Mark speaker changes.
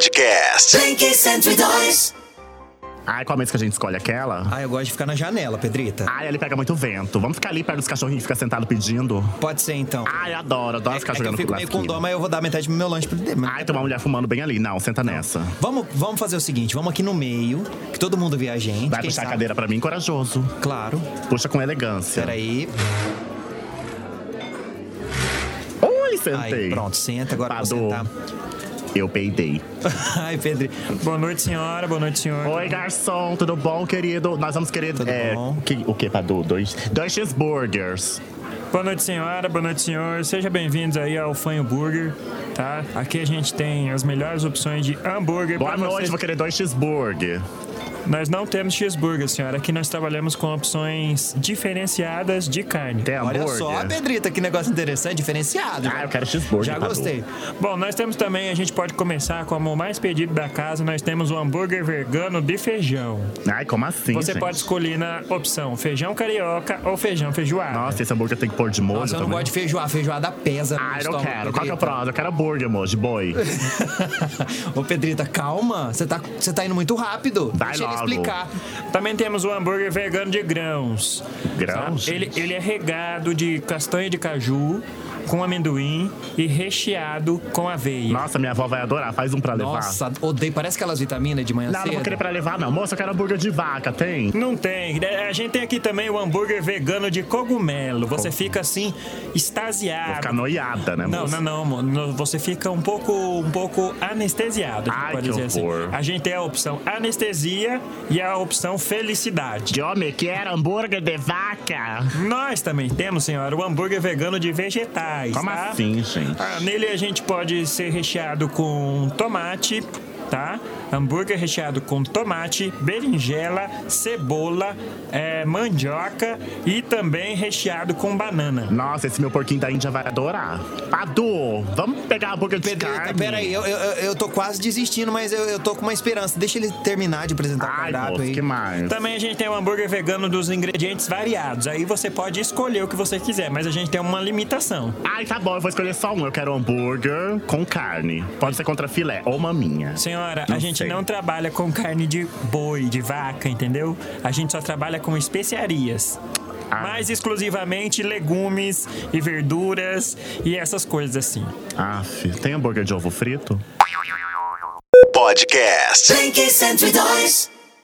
Speaker 1: Podcast.
Speaker 2: Blink 102.
Speaker 3: Ai, qual mês que a gente escolhe aquela?
Speaker 4: Ah, eu gosto de ficar na janela, Pedrita.
Speaker 3: Ai, ali pega muito vento. Vamos ficar ali perto dos cachorrinhos e ficar sentado pedindo?
Speaker 4: Pode ser, então.
Speaker 3: Ai, adoro, adoro
Speaker 4: é, é
Speaker 3: ficar
Speaker 4: que eu
Speaker 3: Tá jogando
Speaker 4: fico meio com
Speaker 3: churrasquinho.
Speaker 4: dó, mas eu vou dar metade do meu lanche pro Pedrita.
Speaker 3: Ai, tem uma mulher fumando bem ali. Não, senta nessa.
Speaker 4: Vamos, vamos fazer o seguinte, vamos aqui no meio, que todo mundo vê a gente.
Speaker 3: Vai
Speaker 4: quem
Speaker 3: puxar a
Speaker 4: sabe-
Speaker 3: cadeira pra mim, corajoso.
Speaker 4: Claro.
Speaker 3: Puxa com elegância.
Speaker 4: Peraí.
Speaker 3: Oi,
Speaker 4: Aí,
Speaker 3: sentei.
Speaker 4: pronto, senta agora tá. pra
Speaker 3: Padu.
Speaker 4: sentar.
Speaker 3: Eu peidei.
Speaker 4: Ai, Pedrita. Boa noite, senhora. Boa noite, senhor.
Speaker 3: Oi, garçom, tudo bom, querido? Nós vamos querer.
Speaker 4: Tudo
Speaker 3: é,
Speaker 4: bom?
Speaker 3: que- o que, Padu? Dois, dois cheeseburgers.
Speaker 5: Boa noite, senhora. Boa noite, senhor. Sejam bem-vindos aí ao Fanho Burger, tá? Aqui a gente tem as melhores opções de hambúrguer
Speaker 3: Boa
Speaker 5: pra
Speaker 3: noite,
Speaker 5: vocês.
Speaker 3: vou querer dois cheeseburger.
Speaker 5: Nós não temos cheeseburger, senhora. Aqui nós trabalhamos com opções diferenciadas de carne.
Speaker 3: Tem
Speaker 4: Olha
Speaker 3: hambúrguer?
Speaker 4: só, Pedrita, que negócio interessante, diferenciado.
Speaker 3: Ah, eu quero cheeseburger.
Speaker 4: Já
Speaker 3: Padu.
Speaker 4: gostei.
Speaker 5: Bom, nós temos também, a gente pode começar como o mais pedido da casa, nós temos o hambúrguer vegano de feijão.
Speaker 3: Ai, como assim?
Speaker 5: Você
Speaker 3: gente?
Speaker 5: pode escolher na opção feijão carioca ou feijão feijoada.
Speaker 3: Nossa, esse hambúrguer tem que pôr de molho.
Speaker 4: Nossa, eu não
Speaker 3: também.
Speaker 4: gosto de feijoada. Feijoada pesa no
Speaker 3: Ah, eu não
Speaker 4: estômago,
Speaker 3: quero. Qual que é o
Speaker 4: Pedrita.
Speaker 3: próximo? Eu quero hambúrguer, moço, de boi.
Speaker 4: Ô, Pedrita, calma. Você tá, você tá indo muito rápido.
Speaker 3: Vai
Speaker 4: Deixa
Speaker 3: logo.
Speaker 4: ele explicar.
Speaker 5: Também temos o hambúrguer vegano de grãos.
Speaker 3: Grãos,
Speaker 5: Tá? Ele,
Speaker 3: gente?
Speaker 5: ele é regado de castanha de caju com amendoim e recheado com aveia.
Speaker 3: Nossa, minha avó vai adorar. Faz um pra levar.
Speaker 4: Nossa, odeio. Parece aquelas vitaminas de manhã
Speaker 3: Não,
Speaker 4: cedo.
Speaker 3: não vou querer pra levar, não. Moça, eu quero hambúrguer de vaca, tem?
Speaker 5: Não tem. É, A gente tem aqui também o hambúrguer vegano de cogumelo. Você fica assim,
Speaker 3: Vou ficar
Speaker 5: extasiado.
Speaker 3: noiada, né,
Speaker 5: Não,
Speaker 3: moça?
Speaker 5: não, não, mano. Você fica um pouco, um pouco anestesiado. a gente
Speaker 3: Ai,
Speaker 5: pode
Speaker 3: que
Speaker 5: dizer assim.
Speaker 3: horror.
Speaker 5: A gente tem a opção anestesia e a opção felicidade.
Speaker 3: De homem, quero hambúrguer de vaca.
Speaker 5: Nós também temos, senhora, o hambúrguer vegano de vegetais.
Speaker 3: Como
Speaker 5: tá?
Speaker 3: assim, gente?
Speaker 5: Ah, nele a gente pode ser recheado com tomate, tá? Hambúrguer recheado com tomate, berinjela, cebola, eh, mandioca e também recheado com banana.
Speaker 3: Nossa, esse meu porquinho da Índia vai adorar. Padu, vamos pegar hambúrguer de
Speaker 4: Pedrita,
Speaker 3: carne?
Speaker 4: peraí, eu, eu, eu- eu tô quase desistindo, mas eu, eu tô com uma esperança. Deixa ele terminar de apresentar o
Speaker 3: Ai,
Speaker 4: cardápio
Speaker 3: moço,
Speaker 4: aí.
Speaker 3: que mais?
Speaker 5: Também a gente tem o hambúrguer vegano dos ingredientes variados. Aí você pode escolher o que você quiser, mas a gente tem uma limitação.
Speaker 3: Ai, tá bom, eu vou escolher só um. Eu quero hambúrguer com carne. Pode ser contra filé ou maminha.
Speaker 5: Senhora,
Speaker 3: Não
Speaker 5: a gente
Speaker 3: sei.
Speaker 5: não trabalha com carne de boi, de vaca, entendeu? A gente só trabalha com especiarias.
Speaker 3: Ah.
Speaker 5: Mais exclusivamente legumes e verduras e essas coisas assim.
Speaker 3: Aff, tem hambúrguer de ovo frito?
Speaker 1: Podcast.
Speaker 2: Blink 102.